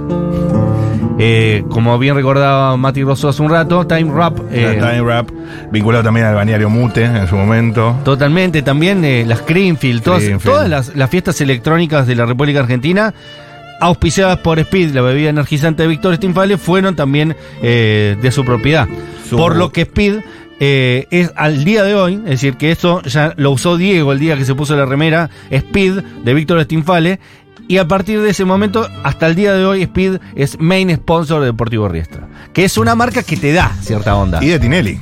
S2: Eh, como bien recordaba Mati Rosso hace un rato, Time Rap. eh,
S1: Time Rap, vinculado también al baniario Mute en su momento.
S2: Totalmente, también eh, las Greenfield, todas,
S1: Greenfield.
S2: todas las, las fiestas electrónicas de la República Argentina, auspiciadas por Speed, la bebida energizante de Víctor Stinfale, fueron también eh, de su propiedad.
S1: Su-
S2: Por lo que Speed eh, es al día de hoy, es decir, que eso ya lo usó Diego el día que se puso la remera Speed de Víctor Stinfale, y a partir de ese momento, hasta el día de hoy, Speed es main sponsor de Deportivo Riestra, que es una marca que te da cierta onda.
S1: Y de Tinelli,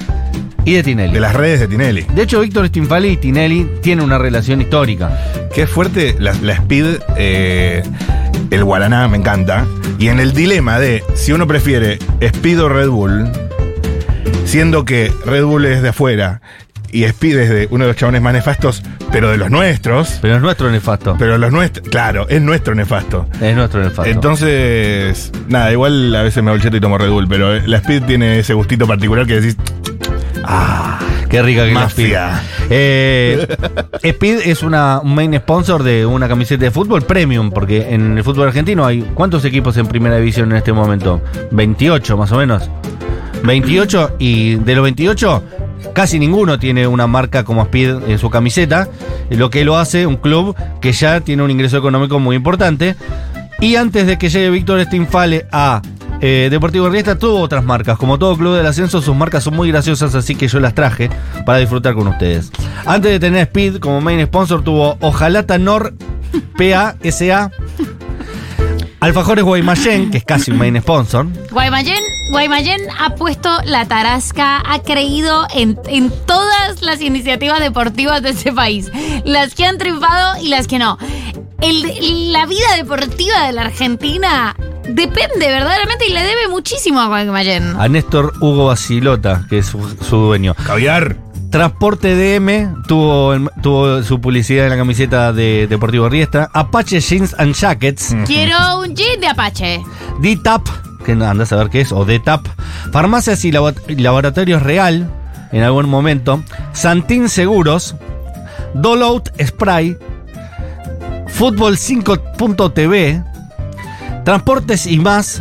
S2: Y de Tinelli.
S1: de las redes de Tinelli.
S2: De hecho, Víctor Stinfale y Tinelli tienen una relación histórica.
S1: Qué fuerte la, la Speed, eh, el Guaraná me encanta. Y en el dilema de si uno prefiere Speed o Red Bull, siendo que Red Bull es de afuera y Speed es de uno de los chabones más nefastos, pero de los nuestros.
S2: Pero es nuestro nefasto.
S1: Pero los nuestros, claro, es nuestro nefasto.
S2: es nuestro nefasto.
S1: Entonces, nada, igual a veces me hago el cheto y tomo Red Bull, pero eh, la Speed tiene ese gustito particular que decís,
S2: Ah, Qué rica que es la
S1: Mafia.
S2: Speed. Eh, Speed es una, un main sponsor de una camiseta de fútbol premium, porque en el fútbol argentino hay. ¿Cuántos equipos en primera división en este momento? 28 más o menos. 28 y de los 28 casi ninguno tiene una marca como Speed en su camiseta, lo que lo hace un club que ya tiene un ingreso económico muy importante. Y antes de que llegue Víctor Stinfale a eh, Deportivo Riestra, tuvo otras marcas. Como todo club del ascenso, sus marcas son muy graciosas, así que yo las traje para disfrutar con ustedes. Antes de tener Speed como main sponsor, tuvo Ojalata Nor PASA. Alfajores Guaymallén, que es casi un main sponsor.
S3: Guaymallén, Guaymallén ha puesto la tarasca, ha creído en, en todas las iniciativas deportivas de este país, las que han triunfado y las que no. El- la vida deportiva de la Argentina depende verdaderamente y le debe muchísimo a Guaymallén.
S2: A Néstor Hugo Basilota, que es su, su dueño.
S1: caviar.
S2: Transporte DM tuvo, el- tuvo su publicidad en la camiseta de Deportivo Riestra. Apache Jeans and Jackets.
S3: Quiero un jean de Apache.
S2: DTAP, que andás a ver qué es, o DTAP. Farmacias y labo- y Laboratorios Real, en algún momento. Santín Seguros. Dolout Spray. Fútbol 5.tv. Transportes y más.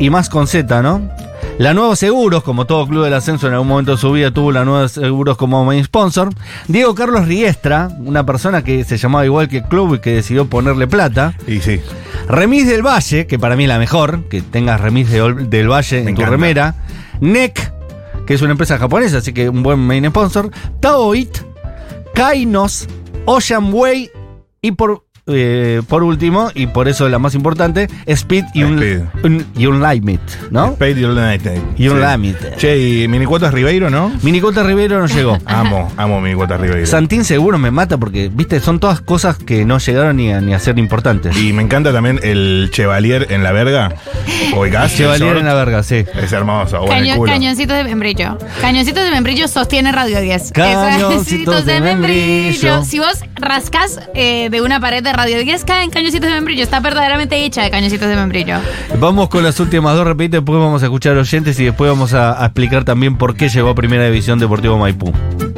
S2: Y más con Z, ¿no? La Nueva Seguros, como todo club del ascenso en algún momento de su vida tuvo la Nueva Seguros como main sponsor. Diego Carlos Riestra, una persona que se llamaba igual que club y que decidió ponerle plata.
S1: Y sí,
S2: Remis del Valle, que para mí es la mejor, que tengas Remis de Ol- del Valle en
S1: Me
S2: tu
S1: encanta.
S2: remera. NEC, que es una empresa japonesa, así que un buen main sponsor. Taoit, Kainos, Ocean Way y por, eh, por último, y por eso la más importante, Speed y un,
S1: Speed.
S2: un- y un Limit, ¿no?
S1: Speed y United.
S2: Y un
S1: Sí.
S2: Limit.
S1: Che, y Minicuotas Ribeiro, ¿no?
S2: Minicota Rivero no llegó.
S1: Amo, amo Minicuotas Ribeiro.
S2: Santín seguro me mata porque, viste, son todas cosas que no llegaron ni a, ni a ser importantes.
S1: y me encanta también el Chevalier en la verga. O el gas, el
S2: Chevalier
S1: short.
S2: en la verga, sí.
S1: Es hermoso, o en el
S3: Caño-
S1: culo.
S3: cañoncitos de membrillo. Cañoncitos de membrillo sostiene Radio 10.
S2: Cañoncitos de membrillo.
S3: Si vos rascas eh, de una pared de Radio 10, caen cañoncitos de membrillo. Está verdaderamente hecha de cañoncitos de membrillo.
S2: Vamos con las últimas dos, repito, después vamos a escuchar oyentes y después vamos a, a explicar también por qué llegó a Primera División Deportivo Maipú.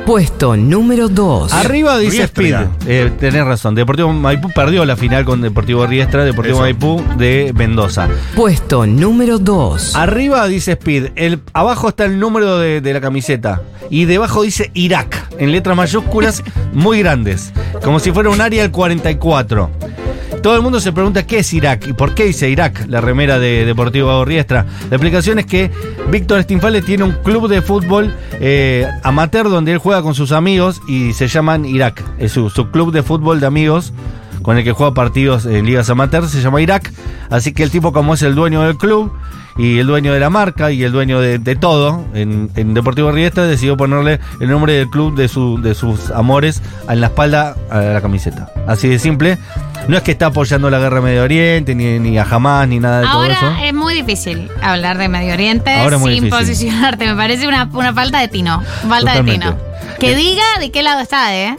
S5: Puesto número 2.
S2: Arriba dice
S1: Riestra.
S2: Speed. Eh, tenés razón, Deportivo Maipú perdió la final con Deportivo Riestra, Deportivo
S1: Eso.
S2: Maipú de Mendoza.
S5: Puesto número 2.
S2: Arriba dice Speed, el, abajo está el número de, de la camiseta y debajo dice Irak, en letras mayúsculas muy grandes, como si fuera un área al 44. Todo el mundo se pregunta qué es Irak y por qué dice Irak la remera de Deportivo Riestra. La explicación es que Víctor Stinfale tiene un club de fútbol eh, amateur donde él juega con sus amigos y se llaman Irak. Es su, su club de fútbol de amigos con el que juega partidos en ligas amateur, se llama Irak. Así que el tipo como es el dueño del club y el dueño de la marca y el dueño de, de todo en, en Deportivo Riestra decidió ponerle el nombre del club de, su- de sus amores en la espalda a la camiseta. Así de simple. No es que está apoyando la guerra de Medio Oriente, ni, ni a Hamas, ni nada de todo
S3: Ahora eh,
S2: eso.
S3: es muy difícil hablar de Medio Oriente
S2: Ahora es
S3: sin
S2: muy difícil.
S3: posicionarte. Me parece una, una falta de tino. Falta
S2: Totalmente.
S3: de tino. Que diga de qué lado está, ¿eh?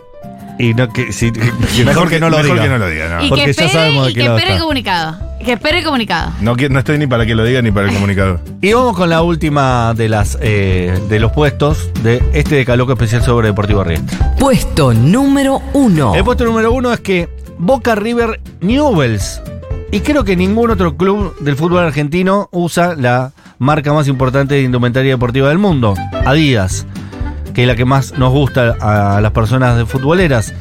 S2: Y no que, sí,
S1: Mejor que no lo diga.
S2: diga.
S1: que no lo diga, no.
S3: y
S2: Ah. porque
S3: que
S2: ya
S3: espere,
S2: sabemos de
S3: y
S2: qué
S3: que
S2: lado
S3: espere
S2: está.
S3: comunicado. Que espere comunicado.
S1: No, qui- no estoy ni para que lo diga ni para el comunicador.
S2: Y vamos con la última de las eh, de los puestos de este decaloco especial sobre Deportivo Riestra.
S5: Puesto número 1.
S2: El puesto número uno es que Boca River Newells. Y creo que ningún otro club del fútbol argentino usa la marca más importante de indumentaria deportiva del mundo, Adidas, que es la que más nos gusta a las personas de futboleras.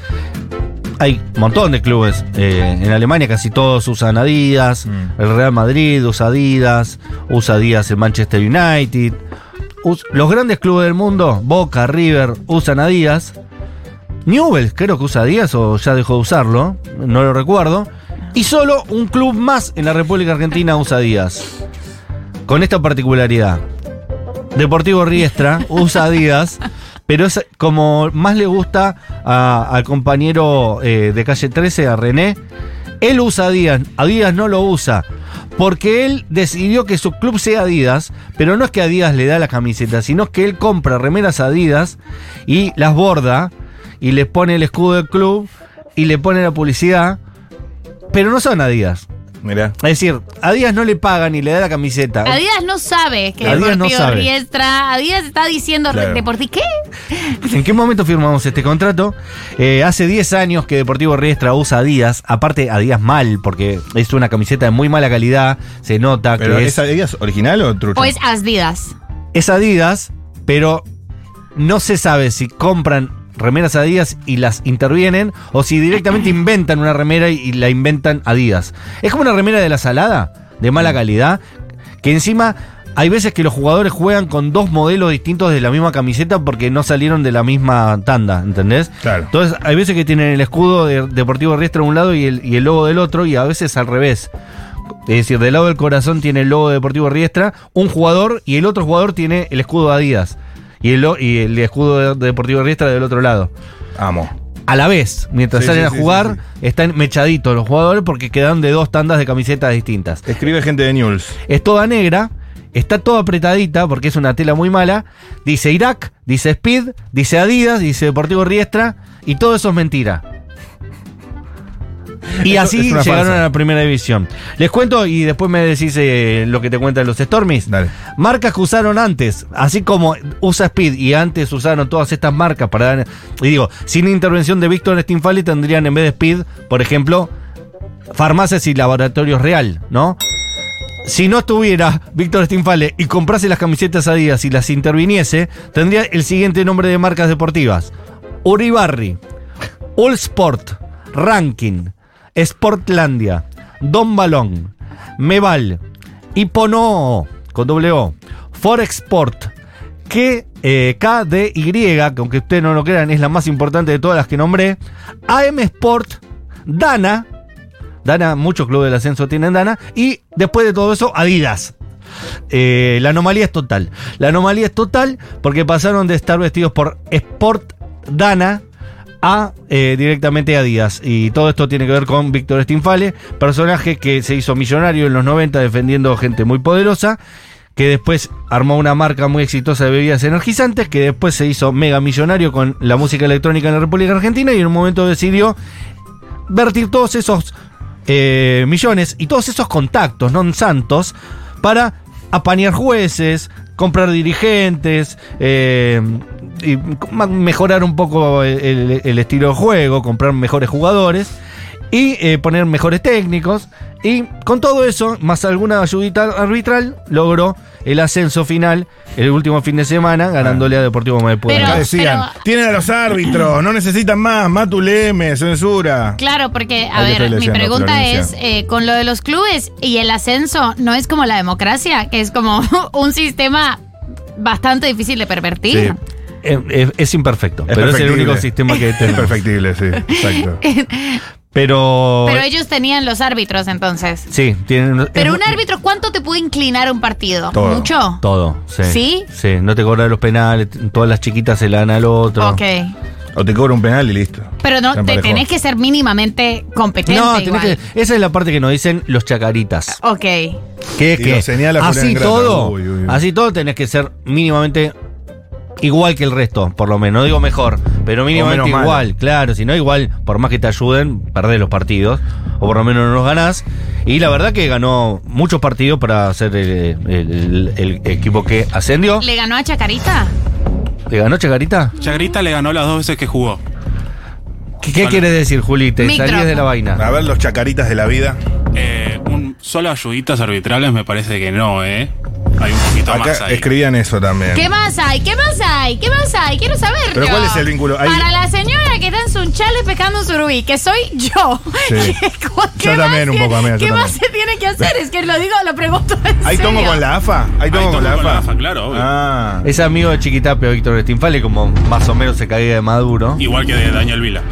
S2: Hay un montón de clubes eh, en Alemania, casi todos usan Adidas. El Real Madrid usa Adidas, usa Adidas el Manchester United. Us- los grandes clubes del mundo, Boca, River, usan Adidas. Newell's creo que usa Díaz o ya dejó de usarlo, no lo recuerdo. Y solo un club más en la República Argentina usa Díaz. Con esta particularidad. Deportivo Riestra usa Díaz, pero es como más le gusta a- al compañero eh, de calle 13, a René, él usa Adidas, Adidas no lo usa. Porque él decidió que su club sea Adidas, pero no es que Adidas le da la camiseta, sino que él compra remeras Adidas y las borda y les pone el escudo del club y le pone la publicidad, pero no son Adidas.
S1: Mirá.
S2: Es decir, Adidas no le paga ni le da la camiseta.
S3: Adidas no sabe que
S2: Ah. Adidas no
S3: Deportivo
S2: sabe.
S3: Riestra. Adidas está diciendo
S1: Claro.
S3: Deportivo. ¿Qué?
S2: ¿En qué momento firmamos este contrato? Eh, hace 10 años que Deportivo Riestra usa Adidas, aparte Adidas mal, porque es una camiseta de muy mala calidad, se nota
S1: ¿Pero
S2: Ah, que
S1: es Adidas original o trucha?
S3: O es Adidas.
S2: es Adidas, pero no se sabe si compran remeras Adidas y las intervienen o si directamente inventan una remera y, y la inventan Adidas. Es como una remera de la salada, de mala calidad, que encima hay veces que los jugadores juegan con dos modelos distintos de la misma camiseta porque no salieron de la misma tanda, ¿entendés?
S1: Claro.
S2: Entonces hay veces que tienen el escudo de Deportivo Riestra de un lado y el, y el logo del otro y a veces al revés. Es decir, del lado del corazón tiene el logo de Deportivo Riestra, un jugador y el otro jugador tiene el escudo de Adidas. Y el, lo- y el escudo de Deportivo Riestra del otro lado.
S1: Amo.
S2: A la vez, mientras
S1: Sí,
S2: salen
S1: sí,
S2: a
S1: sí,
S2: jugar,
S1: sí,
S2: están mechaditos los jugadores porque quedan de dos tandas de camisetas distintas.
S1: Escribe gente de News.
S2: Es toda negra, está toda apretadita porque es una tela muy mala. Dice Irak, dice Speed, dice Adidas, dice Deportivo Riestra y todo eso es mentira. Y
S1: Eso
S2: así
S1: es una
S2: llegaron
S1: farsa.
S2: a la primera división. Les cuento y después me decís eh, lo que te cuentan los Stormies.
S1: Dale.
S2: Marcas que usaron antes, así como usa Speed y antes usaron todas estas marcas para dar. Y digo, sin intervención de Víctor Stinfali tendrían en vez de Speed, por ejemplo, farmacias y laboratorios real, ¿no? Si no estuviera Víctor Stinfale y comprase las camisetas Adidas y las interviniese, tendría el siguiente nombre de marcas deportivas: Uribarri, All Sport, Ranking, Sportlandia, Don Balón, Meval, Hipono, con doble O, Forexport, que eh, KDY, que aunque ustedes no lo crean, es la más importante de todas las que nombré, AM Sport, Dana, Dana, muchos clubes del ascenso tienen Dana, y después de todo eso, Adidas. Eh, la anomalía es total. La anomalía es total porque pasaron de estar vestidos por Sport Dana a eh, directamente Adidas. Y todo esto tiene que ver con Víctor Stinfale, personaje que se hizo millonario en los 90 defendiendo gente muy poderosa, que después armó una marca muy exitosa de bebidas energizantes, que después se hizo mega millonario con la música electrónica en la República Argentina y en un momento decidió vertir todos esos eh, millones y todos esos contactos non santos para apañar jueces, comprar dirigentes, eh, y ma- mejorar un poco el, el- el estilo de juego, comprar mejores jugadores y eh, poner mejores técnicos. Y con todo eso, más alguna ayudita arbitral, logró el ascenso final el último fin de semana ganándole a Deportivo Maipú.
S3: Ah. Pero-
S1: Acá decían,
S3: pero-
S1: tienen a los árbitros, no necesitan más, Matuleme, censura.
S3: Claro, porque, a
S1: Ahí le
S3: ver,
S1: estoy
S3: mi
S1: leyendo,
S3: pregunta
S1: Florencia.
S3: es, eh, con lo de los clubes y el ascenso, ¿no es como la democracia? Que es como un sistema bastante difícil de pervertir.
S2: Eh, eh, es, imperfecto, pero es el
S1: perfectible.
S2: único sistema que
S1: Es
S2: tenemos.
S1: perfectible, sí. Exacto.
S2: Pero.
S3: Pero ellos tenían los árbitros entonces.
S2: sí, tienen.
S3: Pero
S2: es-
S3: un árbitro, ¿cuánto te puede inclinar un partido?
S1: Todo.
S3: ¿Mucho?
S2: Todo, sí.
S3: ¿Sí?
S2: Sí, no te cobran los penales, todas las chiquitas se la dan al otro.
S3: Ok.
S1: O te cobra un penal y listo.
S3: Pero no,
S1: Te
S3: te
S1: emparejó.
S3: tenés que ser mínimamente competente.
S2: No, tenés
S3: igual. Ah,
S2: que, esa es la parte que nos dicen los chacaritas.
S3: Ok.
S2: Que es
S1: Y
S2: que
S1: lo señala
S2: así
S1: Julián Grata.
S2: todo,
S1: Uy, uy, uy.
S2: así todo tenés que ser mínimamente igual que el resto, por lo menos. No digo mejor, pero mínimamente
S1: menos malo.
S2: igual, claro. Si no, igual, por más que te ayuden, perdés los partidos. O por lo menos no los ganás. Y la verdad que ganó muchos partidos para ser el, el- el- el equipo que
S1: Oh.
S2: ascendió.
S3: ¿Le ganó a Chacarita?
S2: ¿Le ganó Chacarita?
S6: Chagrita le ganó las dos veces que jugó.
S2: ¿Qué, qué quieres decir, Juli? Te
S3: Micro.
S2: salís de la
S1: A
S2: vaina.
S1: ver los chacaritas de la vida.
S6: Eh, un, solo ayuditas arbitrales me parece que no, ¿eh? Hay un poquito más
S1: Acá
S6: ahí.
S1: escribían eso también.
S3: ¿Qué más hay? ¿Qué más hay? ¿Qué más hay? Quiero saber.
S1: Em. Pero
S3: yo.
S1: ¿cuál es el vínculo? Hay-
S3: Para la señora que está en su chale pescando un surubí, que soy yo.
S1: Sí.
S3: ¿Cuál-
S1: Yo también un
S3: que-
S1: poco, amiga, yo
S3: ¿Qué más
S1: también.
S3: se tiene que hacer? Es que lo digo, lo pregunto. en
S1: ¿Hay
S3: serio.
S1: tongo con la AFA? ¿Hay tongo, con, la AFA?
S6: claro, obvio.
S1: Ah.
S2: Es amigo de Chiquitapio Víctor Estinfale, como más o menos se caía de Maduro.
S6: Igual que de Daniel Vila.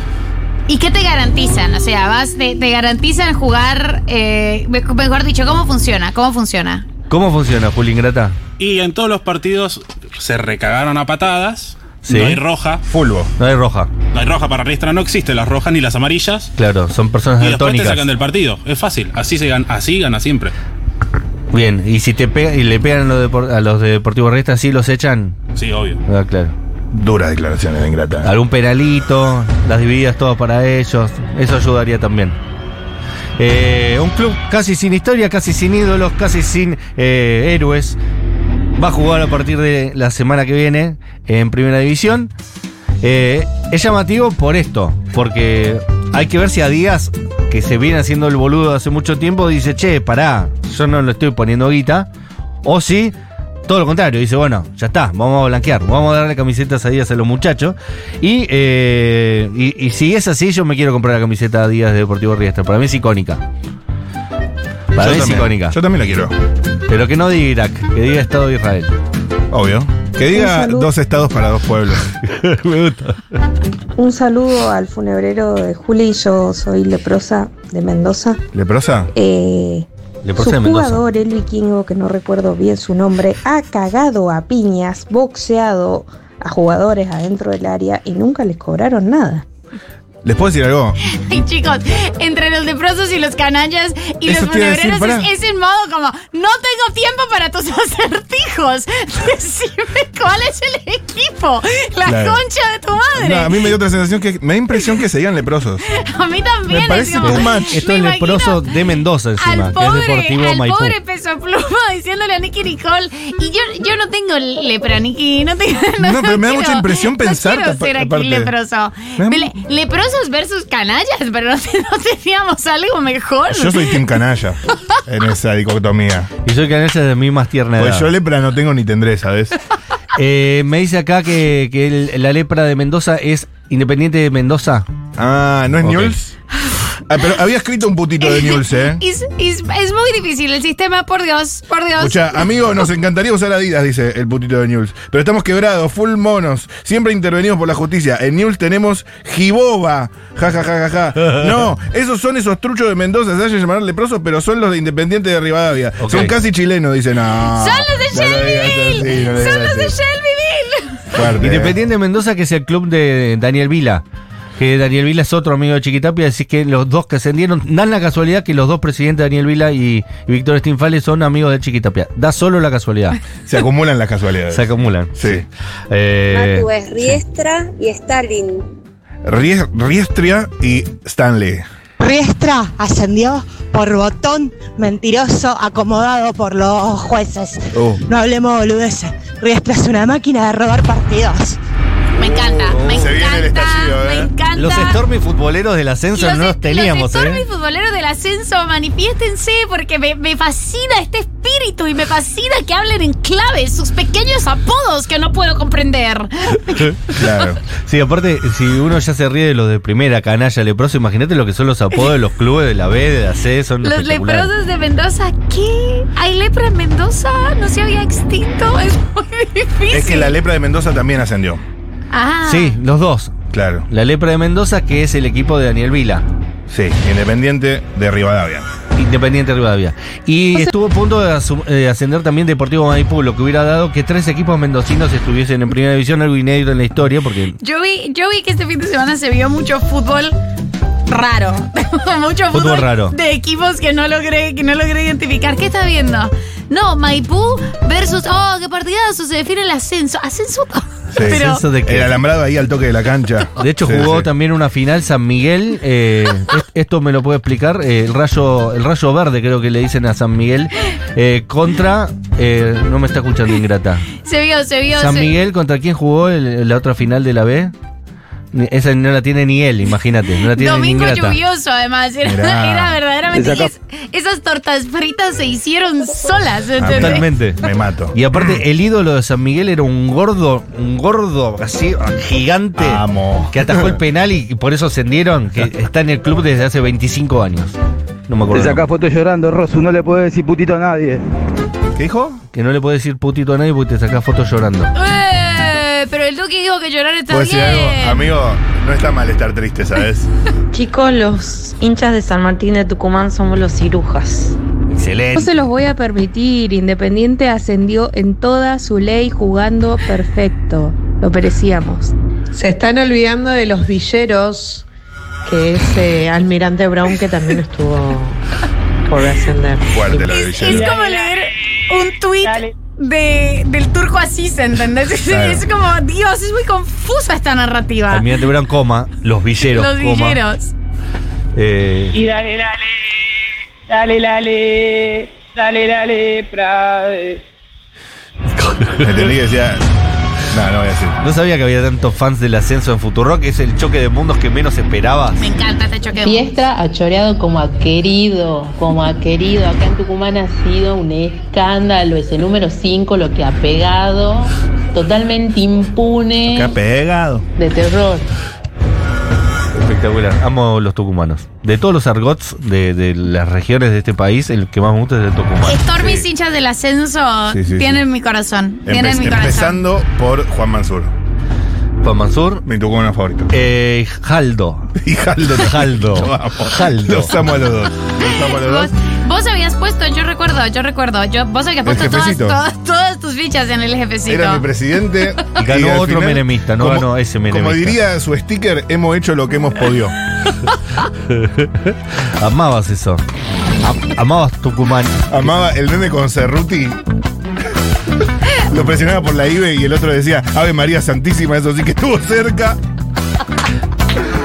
S3: ¿Y qué te garantizan? O sea, vas, te, te garantizan jugar. eh, me- mejor dicho, ¿cómo funciona? ¿Cómo funciona?
S2: ¿Cómo funciona, Juli Ingrata?
S6: Y en todos los partidos se recagaron a patadas.
S2: Sí.
S6: No hay roja.
S1: Fulbo.
S2: No hay roja.
S6: No hay roja para registra, no existen las rojas ni las amarillas.
S2: Claro, son personas
S6: Y después te
S2: daltónicas.
S6: sacan del partido. Es fácil. Así se gana, así gana siempre.
S2: Bien, y si te pega- y le pegan los depor- a los de Deportivo Resta, ¿sí los echan?
S6: Sí, obvio.
S2: Ah, claro.
S1: Duras declaraciones de Ingrata.
S2: Algún penalito, las divididas todas para ellos, eso ayudaría también. Eh, un club casi sin historia, casi sin ídolos, casi sin eh, héroes. Va a jugar a partir de la semana que viene en Primera División. Eh, es llamativo por esto, porque hay que ver si a Díaz, que se viene haciendo el boludo hace mucho tiempo, dice, che, pará, yo no lo estoy poniendo guita. O si, todo lo contrario, dice, bueno, ya está, vamos a blanquear, vamos a darle camisetas a Díaz a los muchachos. Y, eh, y, y si es así, yo me quiero comprar la camiseta a Díaz de Deportivo Riestra. Para mí es icónica. Para mí es
S1: también.
S2: icónica.
S1: Yo también la quiero.
S2: Pero que no diga Irak, que diga Estado de Israel.
S1: Obvio. Que diga dos estados para dos pueblos.
S2: me gusta.
S7: Un saludo al funebrero de Juli, yo soy leprosa de Mendoza.
S1: ¿Leprosa?
S7: Eh,
S2: Leprosa
S7: su
S2: de Mendoza.
S7: jugador, el vikingo, que no recuerdo bien su nombre, ha cagado a piñas, boxeado a jugadores adentro del área y nunca les cobraron nada.
S1: ¿Les puedo decir algo?
S3: Ay, chicos, entre los leprosos y los canallas y
S1: Eso
S3: los
S1: te iba a decir,
S3: funebreros
S1: pará.
S3: es, es en modo como, no tengo tiempo para tus acertijos. Decime cuál es el equipo, la
S1: Claro.
S3: concha de tu madre.
S1: No, a mí me dio otra sensación que. Me da impresión que se digan leprosos.
S3: también.
S1: me parece
S3: es como,
S1: too much.
S2: Esto
S3: me
S2: es
S3: imagino
S2: leproso de Mendoza encima,
S3: Al
S2: que es deportivo
S3: pobre, al
S2: Maipú.
S3: pobre peso pluma diciéndole a Nicky Nicole. Y yo, yo no tengo lepra, Nicky. No, tengo,
S1: No, pero me da mucha impresión
S3: no
S1: pensar,
S3: quiero
S1: apa-
S3: ser aquí
S1: aparte.
S3: leproso.
S1: Me da
S3: Me
S1: mu-
S3: le- leprosos versus canallas, pero no, no teníamos algo mejor.
S1: Yo soy Team Canalla en esa dicotomía.
S2: Y soy canalla de mi más tierna edad.
S1: Pues yo lepra no tengo ni tendré, ¿sabes?
S2: Eh, me dice acá que, que el- la lepra de Mendoza es independiente de Mendoza.
S1: Ah, ¿no es
S2: Ok.
S1: News? Ah, pero había escrito un putito de News, ¿eh?
S3: Es, es- es muy difícil el sistema, por Dios, por Dios.
S1: Escucha, amigo, nos encantaría usar Adidas, dice el putito de News. Pero estamos quebrados, full monos. Siempre intervenimos por la justicia. En News tenemos Jiboba. Ja, ja, ja, ja, ja. No, esos son esos truchos de Mendoza. Se hacen llamar leprosos, pero son los de Independiente de Rivadavia.
S2: Ok.
S1: Son casi chilenos, dicen. No,
S3: ¡Son los de
S1: no lo digas así,
S3: Shelbyville!
S1: no lo digas
S3: ¡Son los de
S1: así.
S3: Shelbyville!
S1: Fuerte, eh.
S2: Independiente de Mendoza, que es el club de Daniel Vila. Que Daniel Vila es otro amigo de Chiquitapia, así que los dos que ascendieron, dan la casualidad que los dos presidentes, Daniel Vila y, y Víctor Estinfale, son amigos de Chiquitapia. Da solo la casualidad.
S1: Se acumulan las casualidades.
S2: Se acumulan.
S1: Sí.
S2: Eh,
S8: Matu es diestra y Stalin.
S1: Ries- Riestria y Stanley.
S9: Riestra ascendió por botón mentiroso acomodado por los jueces.
S1: Oh.
S9: No hablemos boludeces. Riestra es una máquina de robar partidos.
S3: Me encanta, me
S1: Oh. Se viene el
S3: encanta,
S1: estallido,
S3: me
S1: ¿eh?
S3: encanta.
S2: los Stormy futboleros del ascenso no los
S3: est-
S2: teníamos,
S3: Los
S2: ¿eh?
S3: Stormy futboleros del ascenso, manifiéstense porque me, me fascina este espíritu y me fascina que hablen en clave sus pequeños apodos que no puedo comprender.
S1: Claro.
S2: Sí, aparte, si uno ya se ríe de los de primera canalla leproso, imagínate lo que son los apodos de los clubes de la B, de la C, son
S3: Los
S2: espectaculares.
S3: leprosos de Mendoza, ¿qué? ¿Hay lepra en Mendoza? ¿No se había extinto? Es muy difícil.
S1: Es que la lepra de Mendoza también ascendió.
S3: Ah,
S2: Sí, los dos.
S1: Claro.
S2: La Lepra de Mendoza, que es el equipo de Daniel Vila.
S1: Sí, Independiente de Rivadavia.
S2: Independiente Rivadavia. Y estuvo a punto de, asu- eh, ascender también Deportivo Maipú, lo que hubiera dado que tres equipos mendocinos estuviesen en primera división, algo inédito en la historia, porque
S3: Yo vi, yo vi que este fin de semana se vio mucho fútbol raro. mucho fútbol,
S2: Fútbol raro.
S3: de equipos que no logré, que no logré identificar. ¿Qué está viendo? No, Maipú versus. Oh, qué partidazo se define el ascenso. Ascenso. Pero
S2: Ascenso de
S1: El
S2: que.
S1: alambrado ahí al toque de la cancha.
S2: De hecho,
S1: Sí,
S2: jugó
S1: sí.
S2: también una final San Miguel. eh, es- esto me lo puede explicar. eh, el rayo, el rayo verde, creo que le dicen a San Miguel. eh, contra. eh, no me está escuchando Ingrata.
S3: se vio, se vio.
S2: San
S3: se-
S2: Miguel, ¿contra quién jugó el- la otra final de la B? Ni- Esa no la tiene ni él, imagínate. No la tiene
S3: Domingo
S2: ni Ingrata.
S3: lluvioso, además. Era,
S1: Mirá.
S3: era verdaderamente.
S4: Desde
S3: y
S4: acá.
S3: es- esas tortas fritas se hicieron solas, ¿entendés?
S2: Ah, Totalmente.
S1: Me mato.
S2: Y aparte, el ídolo de San Miguel era un gordo, un gordo así, gigante,
S1: Amo.
S2: que atajó el penal y, y por eso ascendieron, que está en el club desde hace 25 años. No me acuerdo. el nombre.
S4: fotos llorando, Rosu, no le puedes decir putito a nadie.
S1: ¿Qué dijo?
S2: Que no le puedes decir putito a nadie porque te sacás fotos llorando.
S3: ¡Eh! Pero el Duque dijo que llorar está
S1: ¿Puedo
S3: bien.
S1: decir algo? Amigo, no está mal estar triste, ¿sabes?
S10: Chicos, los hinchas de San Martín de Tucumán somos los cirujas. No
S2: Excelente.
S10: se los voy a permitir. Independiente ascendió en toda su ley jugando perfecto. Lo perecíamos.
S9: Se están olvidando de los villeros, que es eh, Almirante Brown, que también estuvo por ascender.
S1: Fuerte lo de
S3: Es, es
S1: Villero.
S3: como leer un tweet de, del turco Asís, ¿entendés? Es-
S1: Claro.
S3: Es como, Dios, es muy confusa esta narrativa.
S2: También tuvieron coma, los villeros.
S3: Los
S2: coma.
S3: villeros.
S2: Eh,
S9: Y dale, dale, dale, dale, dale, dale, Prade.
S1: Entendí que decía. No, no voy a decir.
S2: no sabía que había tantos fans del ascenso en Futurock, es el choque de mundos que menos esperabas.
S3: Me encanta este choque. de mundos.
S10: Fiestra ha choreado como ha querido, como ha querido. Acá en Tucumán ha sido un escándalo. Es el número 5 lo que ha pegado. Totalmente
S1: ¿Qué ha
S10: impune.
S1: pegado?
S10: De terror.
S2: Espectacular. Amo los tucumanos. De todos los argots de, de las regiones de este país, el que más me gusta es el tucumano.
S3: Storm y
S1: Sí.
S3: hinchas del ascenso
S1: Sí, sí, sí.
S3: tienen mi corazón. Tienen
S1: Empe-
S3: mi corazón.
S1: empezando por Juan Mansur.
S2: Juan Mansur.
S1: Mi tucumano favorito.
S2: Eh, Jaldo.
S1: Y Jaldo.
S2: Jaldo.
S1: Lo amo.
S2: Jaldo.
S1: Los amo a los dos. Los amo a los
S3: Vos,
S1: dos.
S3: vos habías puesto, yo recuerdo, yo recuerdo, yo, vos habías puesto todas,
S1: jefecito.
S3: todas, todas tus fichas en el jefecito.
S1: Era mi presidente.
S2: Y ganó
S1: al
S2: otro menemista, no ganó ese menemista.
S1: Como diría su sticker, hemos hecho lo que hemos podido.
S2: Amabas eso. Am- amabas Tucumán.
S1: Amaba el meme con Cerruti. Lo presionaba por la IBE y el otro decía, Ave María Santísima, eso sí que estuvo cerca.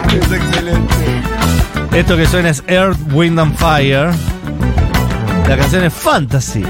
S1: Es excelente.
S2: Esto que suena es Earth, Wind and Fire. La canción es Fantasy.